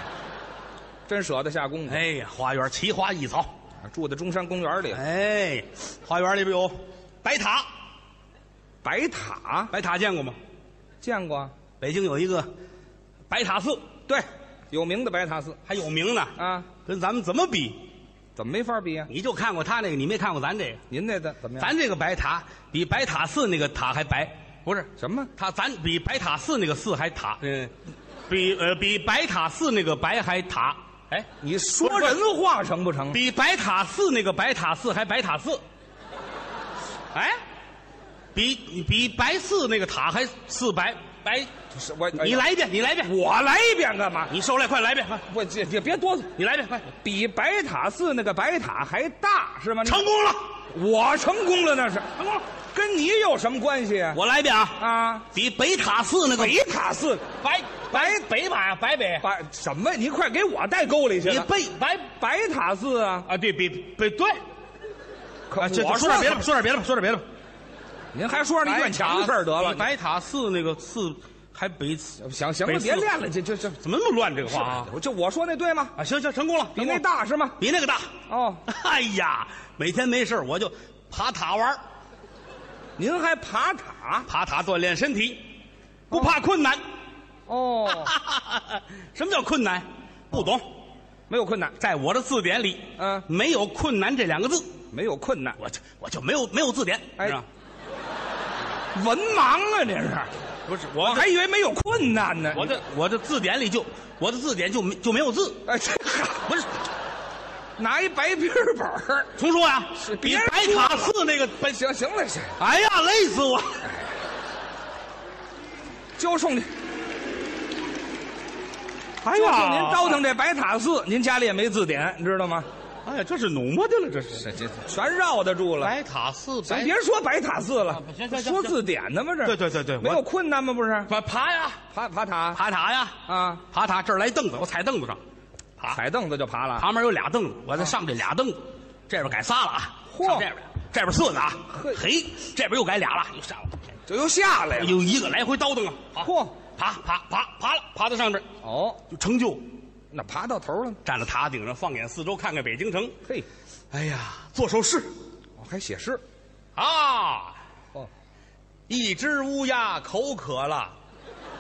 真舍得下功夫。哎呀，花园奇花异草，住在中山公园里，哎，花园里边有白塔，白塔白塔见过吗？见过啊，北京有一个白塔寺，对，有名的白塔寺还有名呢。啊，跟咱们怎么比？怎么没法比啊？你就看过他那个，你没看过咱这个。您那的怎么样？咱这个白塔比白塔寺那个塔还白，不是？什么？他咱比白塔寺那个寺还塔，嗯，比呃比白塔寺那个白还塔，哎。你说人话成不成？比白塔寺那个白塔寺还白塔寺，哎，比比白寺那个塔还四白白，是我哎呀你来一遍，你来一遍，我来一遍干嘛？你受累，快来一遍，快，我这这别哆嗦，你来一遍，快，比白塔寺那个白塔还大是吗？你成功了，我成功了那是，成功了，跟你有什么关系啊？我来一遍啊，啊，比北塔寺那个北塔寺白白北吧，白北，把什么？你快给我带沟里去你了！背白白塔寺啊！啊，对比北对，可啊，这我说说点别的吧，说点别的吧，说点别的吧。您还说上一院墙的事儿得了比？白塔寺那个寺还北寺，行行北了，寺别练了，这这这怎么那么乱这个话啊？我就我说那对吗？啊，行行，成功了，比成功那了，大是吗？比那个大。哦，哎呀，每天没事儿我就爬塔玩儿您还爬塔？爬塔锻炼身体，不怕困难。 哦，什么叫困难？不懂，没有困难，在我的字典里，嗯没有困难这两个字，没有困难，我就我就没有没有字典，哎是吧？文盲啊！这是，不是，我我还以为没有困难呢。哦我这我这字典里就我的字典就没就没有字，哎，这好不是，拿一白皮儿本儿。重说呀、是比别人白塔寺那个白，行行了，行，哎呀，累死我！就冲你，哎就冲您倒腾这白塔寺，您家里也没字典，你知道吗？哎呀，这是弄么的了，这是这这全绕得住了。白塔寺，咱白别说白塔寺了啊行行，行说字典呢吗？这对对对对没有困难吗？不是爬爬呀，爬爬塔爬塔呀，啊，爬塔这儿来凳子，我踩凳子上，爬踩凳子就爬了。旁边有俩凳子，我再上这俩凳子，这边改仨了啊，嚯上这边这边四个啊，嘿嘿，这边又改俩了，又上了，这又下来了。又一个来回叨腾啊，爬嚯爬爬爬爬了，爬到上边哦，就成就，那爬到头了呢。站在塔顶上，放眼四周看看北京城，嘿，哎呀，做首诗我还写诗。啊，哦，一只乌鸦口渴了，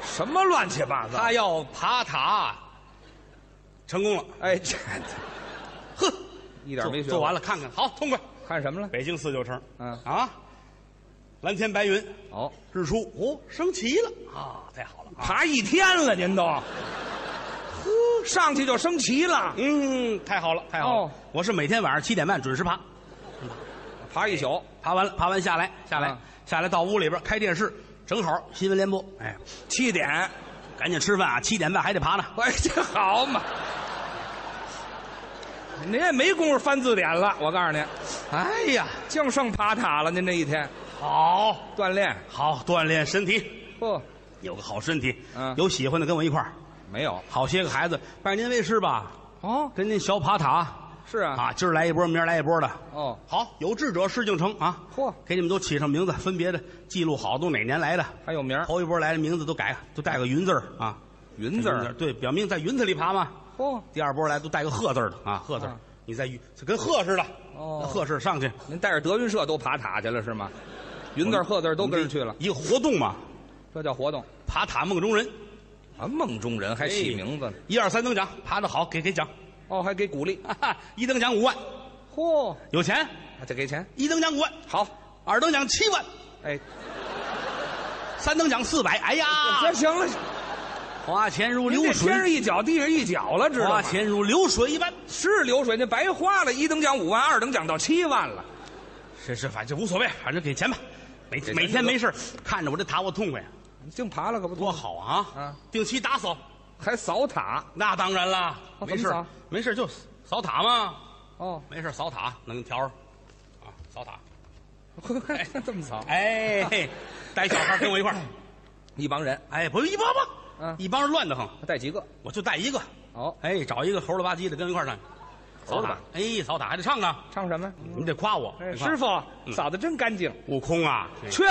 什么乱七八糟？它要爬塔，成功了，哎，这呵，一点没学。做做完了，了，看看好痛快。看什么了？北京四九城，嗯啊，蓝天白云，哦，日出哦升旗了啊，太好了啊，爬一天了，您都，呵，上去就升旗了，嗯，太好了，太好了。哦我是每天晚上七点半准时爬，爬一宿。爬完了，爬完下来，下来，啊下来到屋里边开电视，正好新闻联播，哎，七点，赶紧吃饭啊，七点半还得爬呢。哎，这好嘛，您也没工夫翻字典了，我告诉您，哎呀，净剩爬塔了。您这一天好锻炼，好锻炼身体，不、有个好身体，嗯有喜欢的跟我一块儿，没有好些个孩子，拜您为师吧，哦，跟您学爬塔是啊，啊，今儿来一波，明儿来一波的，哦，好，有志者事竟成啊！嚯给你们都起上名字，分别的记录好，都哪年来的。还有名儿头一波来的名字都改，都带个云字儿啊，云字儿，对，表明在云字里爬嘛。嚯、第二波来都带个鹤字儿的啊，鹤字儿啊，你在云跟鹤似的，哦鹤似的上去，您带着德云社都爬塔去了是吗？云字儿、鹤字儿都跟着去了，一个活动嘛，这叫活动爬塔梦中人，啊！梦中人还起名字呢，一二三等奖，爬得好给给奖，哦，还给鼓励，哈哈，一等奖五万，嚯、有钱，还得给钱，一等奖五万，好，二等奖七万，哎，三等奖四百，哎呀这，行了，花钱如您流这天上水，一脚地上一脚了，知道花吗？钱如流水一般。是流水，那白花了，一等奖五万，二等奖到七 万了，是是，反正无所谓，反正给钱吧。每给钱每天就没事儿看着我这塔我痛快，净爬了可不多多，好啊！嗯定期打扫，还扫塔那当然啦，哦没怎事么儿扫没事儿就扫塔嘛， 哦，没事儿扫塔弄条儿啊，扫塔。还这么扫，哎，啊嘿带小孩儿跟我一块儿， 一帮人哎，不是一帮帮嗯，一帮人乱得很，带几个，我就带一个，哦，哎，找一个猴了吧唧的跟我一块儿上去，扫猴了塔吧，哎，扫塔还得唱呢，唱什么？嗯你们得夸我，哎得夸师傅嗯扫的真干净，悟空啊，去。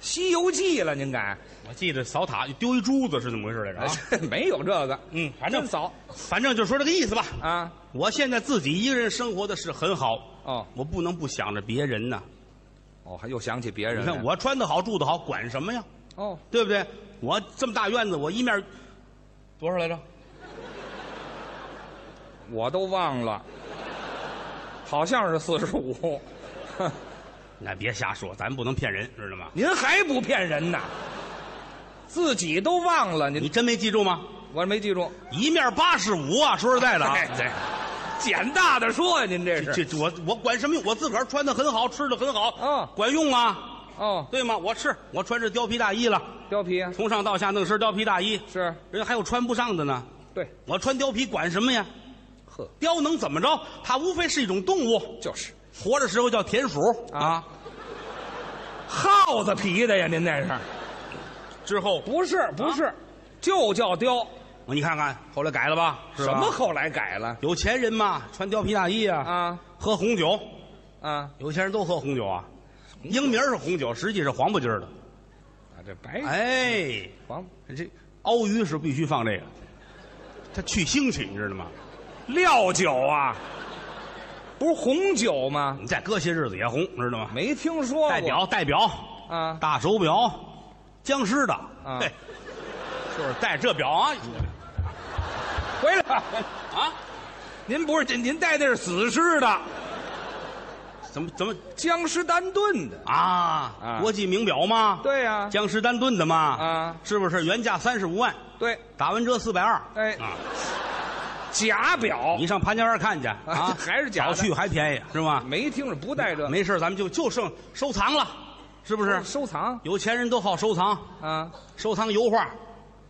西游记了，您敢？我记得扫塔丢一珠子是怎么回事来哎着啊？ 没有这个，嗯，反正嗯真扫反正就说这个意思吧。啊！我现在自己一个人生活的是很好，哦我不能不想着别人呐。哦，还又想起别人你来看我穿得好，住得好，管什么呀？哦，对不对？我这么大院子，我一面多少来着？我都忘了，好像是四十五。 那别瞎说，咱不能骗人，知道吗？您还不骗人呐？自己都忘了你您，真没记住吗？我没记住。一面八十五啊！说实在的 啊，哎对，捡大的说呀、您这是这这我我管什么用？我自个儿穿的很好，吃的很好，嗯管用啊，哦，对吗？我是我穿着貂皮大衣了，貂皮啊，从上到下弄身貂皮大衣，是人家还有穿不上的呢。对，我穿貂皮管什么呀？呵，貂能怎么着？它无非是一种动物，就是活的时候叫田鼠啊，耗子皮的呀，您那是？之后不是不是，就叫貂。你看看，后来改了吧？是什吧么后来改了有钱人嘛，穿貂皮大衣啊，啊喝红酒，啊？有钱人都喝红酒啊。英名是红酒，实际是黄不筋儿的。啊，这白哎，黄这熬鱼是必须放这个，它去腥气，你知道吗？料酒啊，不是红酒吗？你再搁些日子也红，知道吗？没听说过。代表代表，啊，大手表，僵尸的，嘿，就是戴这表啊回来，啊！您不是您您带的是死尸的，怎么怎么僵尸丹顿的。啊啊？国际名表吗？对呀江诗丹顿的嘛，啊是不是原价三十五万，对，打完折四百二？哎啊，假表你上潘家园看去啊， 还是假的早去还便宜是吧？没听着，不带这哦没事儿，咱们就就剩收藏了，是不是？收藏有钱人都好收藏，啊。收藏油画，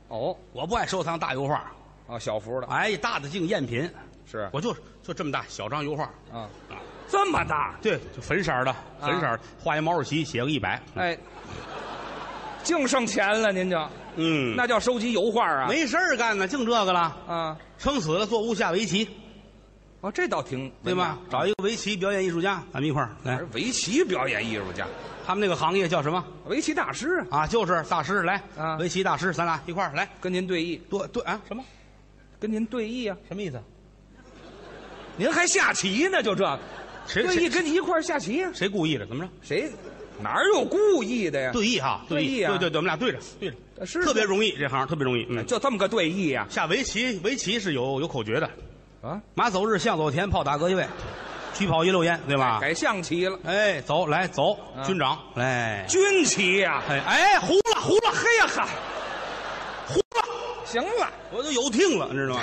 哦我不爱收藏大油画，哦，小幅的哎，大的净赝品，是我就就这么大小张油画，啊啊，这么大对，就粉色儿的，粉色儿的，画一毛主席，写个一百，啊哎，净剩钱了，您就嗯，那叫收集油画啊？没事儿干呢，净这个了，啊撑死了坐屋下围棋，哦，这倒挺对吧？找一个围棋表演艺术家，咱们一块儿来还是。围棋表演艺术家，他们那个行业叫什么围棋大师啊，啊？就是大师来，啊围棋大师，咱俩一块儿来，跟您对弈，多对啊，什么跟您对弈啊，什么意思？您还下棋呢，就这谁对谁弈跟你一块儿下棋呀、谁故意的？怎么着？谁哪儿有故意的呀？对弈哈，对弈弈，啊对对对，我们俩对着对着，呃是哎特别容易，这行特别容易。嗯，就这么个对啊弈呀、下围棋，围棋是有有口诀的，啊？马走日，象走田，炮打隔一位，车跑一溜烟，对吧？啊改象棋了，哎，走来走，啊军长来，军棋呀、哎哎，胡了胡了，嘿呀哈，胡了，行了，我都有听了，你知道吗？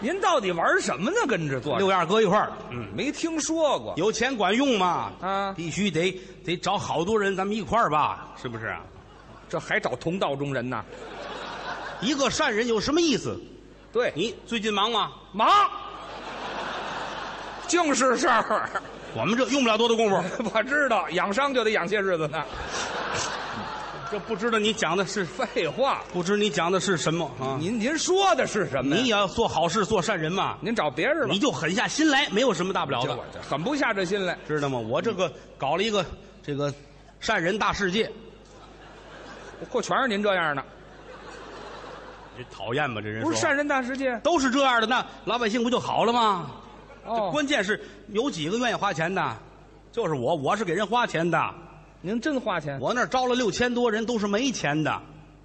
您到底玩什么呢？跟这坐着六样搁一块儿，嗯。没听说过有钱管用嘛？啊必须得得找好多人，咱们一块儿吧，是不是啊？这还找同道中人呢？一个善人有什么意思？对，你最近忙吗？忙，净是事儿。 我们这用不了多大功夫，我知道，养伤就得养些日子呢。这不知道你讲的是，废话，不知你讲的是什么啊？您您说的是什么呀？你也要做好事，做善人嘛，您找别人吧你。就狠下心来，没有什么大不了这的我，这狠不下这心来。知道吗？我这个搞了一个这个善人大世界，不过全是您这样的，你讨厌吧？这人不是说话善人大世界都是这样的，那老百姓不就好了吗？这哦。关键是有几个愿意花钱的，就是我，我是给人花钱的。您真花钱，我那儿招了六千多人，都是没钱的，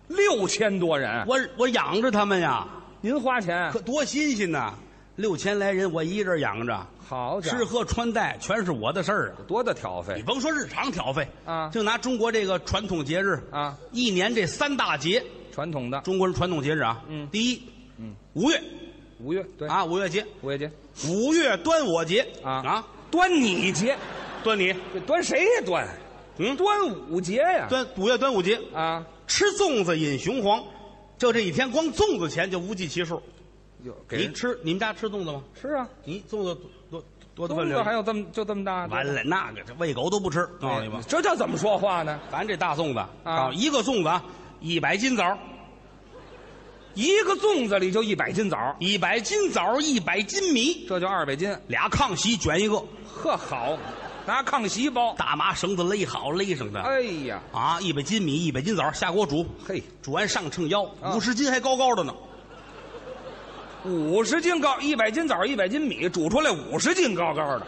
六千多人，我我养着他们呀，您花钱可多新鲜呐！六千来人，我一个人养着，好家吃伙，喝穿戴全是我的事儿啊！多大挑你费甭说日常挑费啊就拿中国这个传统节日，啊！一年这三大节，传统的中国人传统节日啊，嗯第一，嗯，五月五月对啊，五月节，五月节五月端我节啊啊，端你节，端你，这端谁呀端？嗯，端午节呀端五月端午节，啊！吃粽子饮雄黄，就这一天光粽子钱就无计其数。有给你人吃你们家吃粽子吗？吃啊，你粽子多多多的粽分子还量，有这么就这么大的？完了那个这喂狗都不吃，告诉你吧，这叫怎么说话呢？咱这大粽子啊，一个粽子啊，一百斤枣，一个粽子里就一百斤枣，一百斤枣，一百斤米，这就二百斤，俩炕席卷一个，呵好，拿炕席包。大麻绳子勒好勒上的哎呀，啊，一百斤米，一百斤枣下锅煮，嘿，煮完上秤腰，啊五十斤还高高的呢，五十斤高，一百斤枣，一百斤米，煮出来五十斤高高的。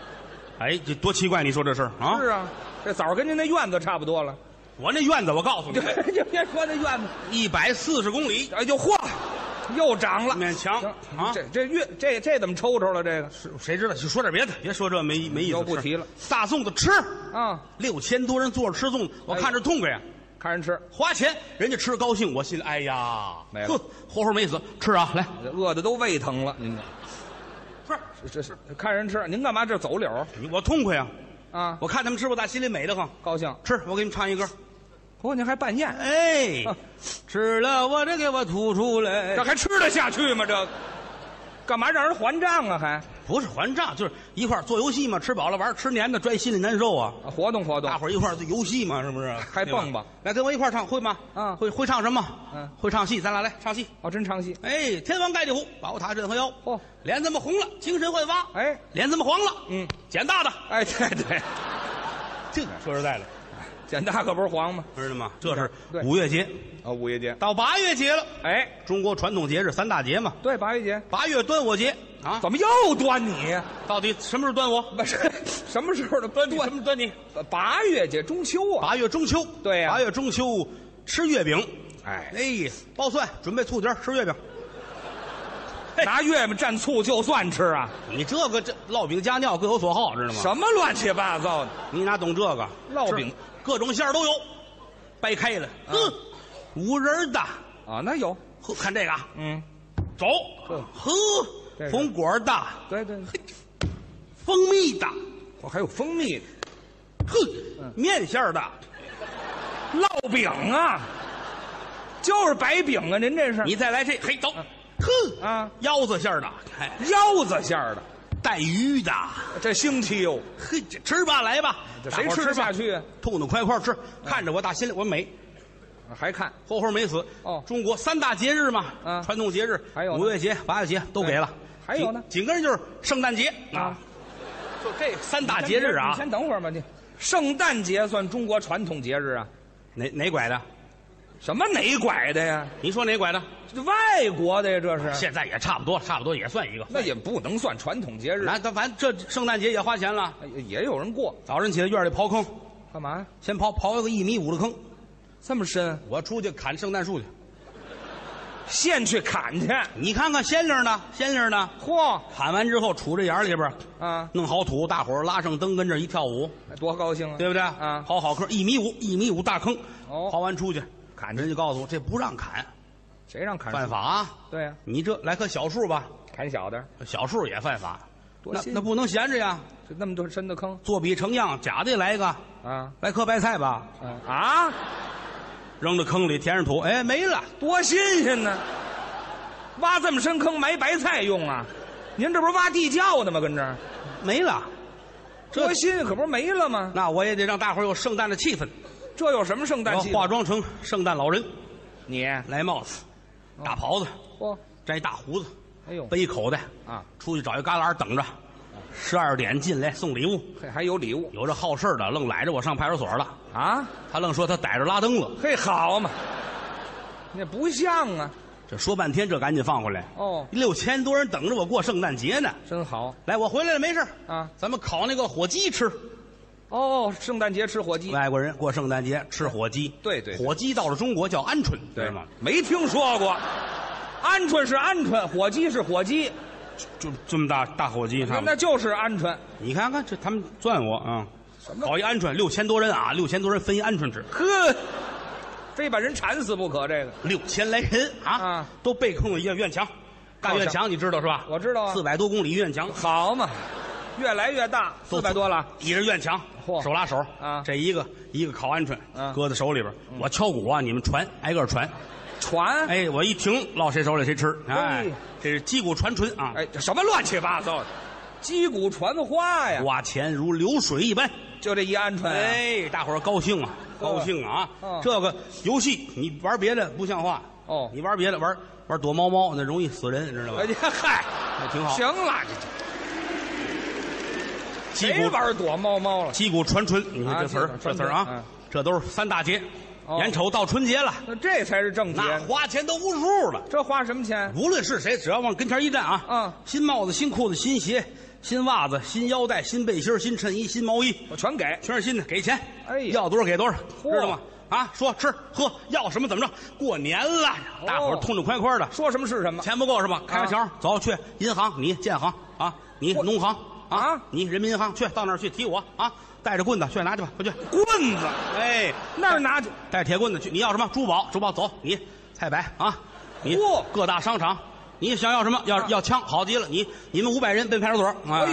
哎，这多奇怪！你说这事儿啊是？啊，这枣跟您那院子差不多了。我那院子，我告诉你， 就别说那院子，一百四十公里，哎呦嚯，又长了。勉强行啊。这这月这这怎么抽抽了？这个是谁知道？就说点别的，别说这没没意思。都不提了是，大粽子吃，啊，六千多人坐着吃粽子，我看着痛哎快呀。看人吃，花钱，人家吃高兴，我心里哎呀，没了哼，活活没死，吃啊，来，这饿的都胃疼了。您不是这这是看人吃，您干嘛这走柳你哎我痛快呀，啊？我看他们吃，我打心里美得慌。高兴。吃，我给你们唱一歌。不过您还办宴，哎啊，吃了我这给我吐出来这，还吃得下去吗？这干嘛让人还账啊？还不是还账，就是一块儿做游戏嘛，吃饱了玩儿，吃黏的，拽心里难受啊。啊活动活动大，伙儿一块儿做游戏嘛，是不是？ 还对吧蹦吧？来，跟我一块儿唱，会吗？嗯会会唱什么？嗯会唱戏，咱俩来唱戏。哦，真唱戏。哎，天王盖地虎，宝塔镇河妖。嚯脸这么红了，精神焕发。哎脸这么黄了，嗯，捡大的。哎，对对，这个说实在的，简大可不是黄吗？知道吗？这是对五月节啊，五一节。到八月节了，哎，中国传统节日三大节嘛，对，八一节。八月端午节啊，怎么又端你？啊到底什么是端午？不是什么时候的端什么端你？八月节，中秋啊。八月中秋，对呀八月中秋吃月饼，哎，哎，包蒜，准备醋碟儿吃月饼。拿月饼蘸醋就算吃啊？你这个这烙饼加尿各有所好，知道吗？什么乱七八糟的？你哪懂这个？烙饼是各种馅儿都有，掰开了，嗯，五仁儿的，啊，那有，呵，看这个啊，嗯，走这，呵这，是红果儿的，对对，蜂蜜的，我哦还有蜂蜜的哼，面馅儿的，烙饼啊，就是白饼啊，您这是你再来这，嘿，走，哼，嗯啊，腰子馅儿的，哎，腰子馅儿的，带鱼的，这腥气哟，嘿，这吃吧，来吧，这大伙谁儿吃嗯吃得吧下？去啊？痛痛快快吃，看着我大心里我美，还看活活没死。哦中国三大节日嘛，嗯传统节日，还有呢哎五月节、八月节都给了，还有呢嗯紧紧跟着就是圣诞节啊，，就这三大节日啊你，先等会儿吧，你圣诞节算中国传统节日啊？哪哪拐的？什么哪拐的呀？你说哪拐的？这外国的呀，这是现在也差不多，差不多也算一个。那也不能算传统节日，那咱反正这圣诞节也花钱了，哎也有人过，早晨起来院里刨坑，干嘛呀？先刨刨个一米五的坑，这么深？我出去砍圣诞树去。现去砍去？你看看鲜灵呢，鲜灵呢，嚯砍完之后杵这眼儿里边儿，啊，弄好土，大伙儿拉上灯跟这儿一跳舞，多高兴啊！对不对？啊，刨好坑，一米五，一米五大坑，哦刨完出去，砍人就告诉我这不让砍，谁让砍犯树？法啊！对呀，你这来棵小树吧，砍小的，小树也犯法，多那新那不能闲着呀，就那么多深的坑做笔成样，假的也来一个，啊来棵白菜吧，啊啊！扔到坑里填上土，哎，没了。多新鲜呢！挖这么深坑埋白菜用啊？您这不是挖地窖呢吗？跟这儿没了。这多新鲜，可不是没了吗？那我也得让大伙儿有圣诞的气氛，这有什么圣我诞要气？化妆成圣诞老人，你来帽子，哦大袍子，嚯，摘大胡子，哎呦背一口袋，啊，出去找一旮旯等着，十二点进来送礼物。嘿，还有礼物有这好事儿的，愣逮着我上派出所了，啊？他愣说他逮着拉登了。嘿，好嘛，那不像啊！这说半天，这赶紧放回来。哦，六千多人等着我过圣诞节呢。真好来，我回来了，没事儿啊！咱们烤那个火鸡吃。哦，圣诞节吃火鸡，外国人过圣诞节吃火鸡，对对对火鸡到了中国叫鹌鹑，知道吗？没听说过。鹌鹑是鹌鹑，火鸡是火鸡，就这么大大火鸡，那看吧那就是鹌鹑。你看看这他们钻我啊！什么搞一鹌鹑，六千多人啊，六千多人分一鹌鹑吃，呵，非把人馋死不可。这个六千来人啊，啊都被控了院院墙，大院墙你知道是吧？我知道啊四百多公里院墙，好嘛，越来越大，都四百多了。一人院墙，嚯手拉手啊这一个一个烤鹌鹑，嗯搁在手里边，我敲鼓啊，你们传，挨个传，船，哎，我一停，落谁手里谁吃，哎嘿，这是击鼓传唇啊，嗯哎，这什么乱七八糟的，击鼓传花呀！花钱如流水一般。就这一鹌鹑、啊，哎，大伙儿高兴啊，呵高兴啊！嗯这个游戏你玩别的不像话哦你玩别的玩玩躲猫猫那容易死人，知道吧哎？呀嗨，那挺好行。了，这这击谁鼓玩躲猫猫了？击鼓传春，你看啊这词击儿鼓传这春词儿嗯啊，这都是三大节，哦眼瞅到春节了，那这才是正节呢，那花钱都无数了。这花什么钱？无论是谁，只要往跟前一站啊，嗯新帽子、新裤子、新鞋、新袜子、新腰带、新背心、新衬衣、新毛衣，我全给。全是新的，给钱，哎呀要多少给多少，嚯知道吗？啊，说吃喝要什么怎么着？过年了，哦大伙儿痛痛快快的，说什么是什么？钱不够是吧？啊开个条，走去银行，你建行啊，你嚯农行啊你人民银行去，到那儿去提我啊，带着棍子去拿去吧，快去！棍子哎，那儿拿去，带着铁棍子去，你要什么？珠宝，珠宝走，你菜百啊，你嚯各大商场，你想要什么？要要枪，好极了，你你们五百人奔派出所啊哎，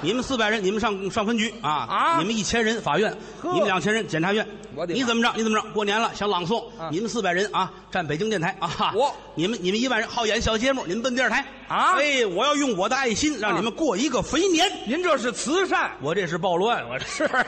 你们四百人，你们上上分局啊啊你们一千人，法院；呵你们两千人，检察院。我的妈你怎么着？你怎么着？过年了想朗诵，啊你们四百人啊，站北京电台啊！我你们你们一万人好演小节目，你们奔电视台啊哎，我要用我的爱心让啊你们过一个肥年。您这是慈善，我这是暴乱，我这是。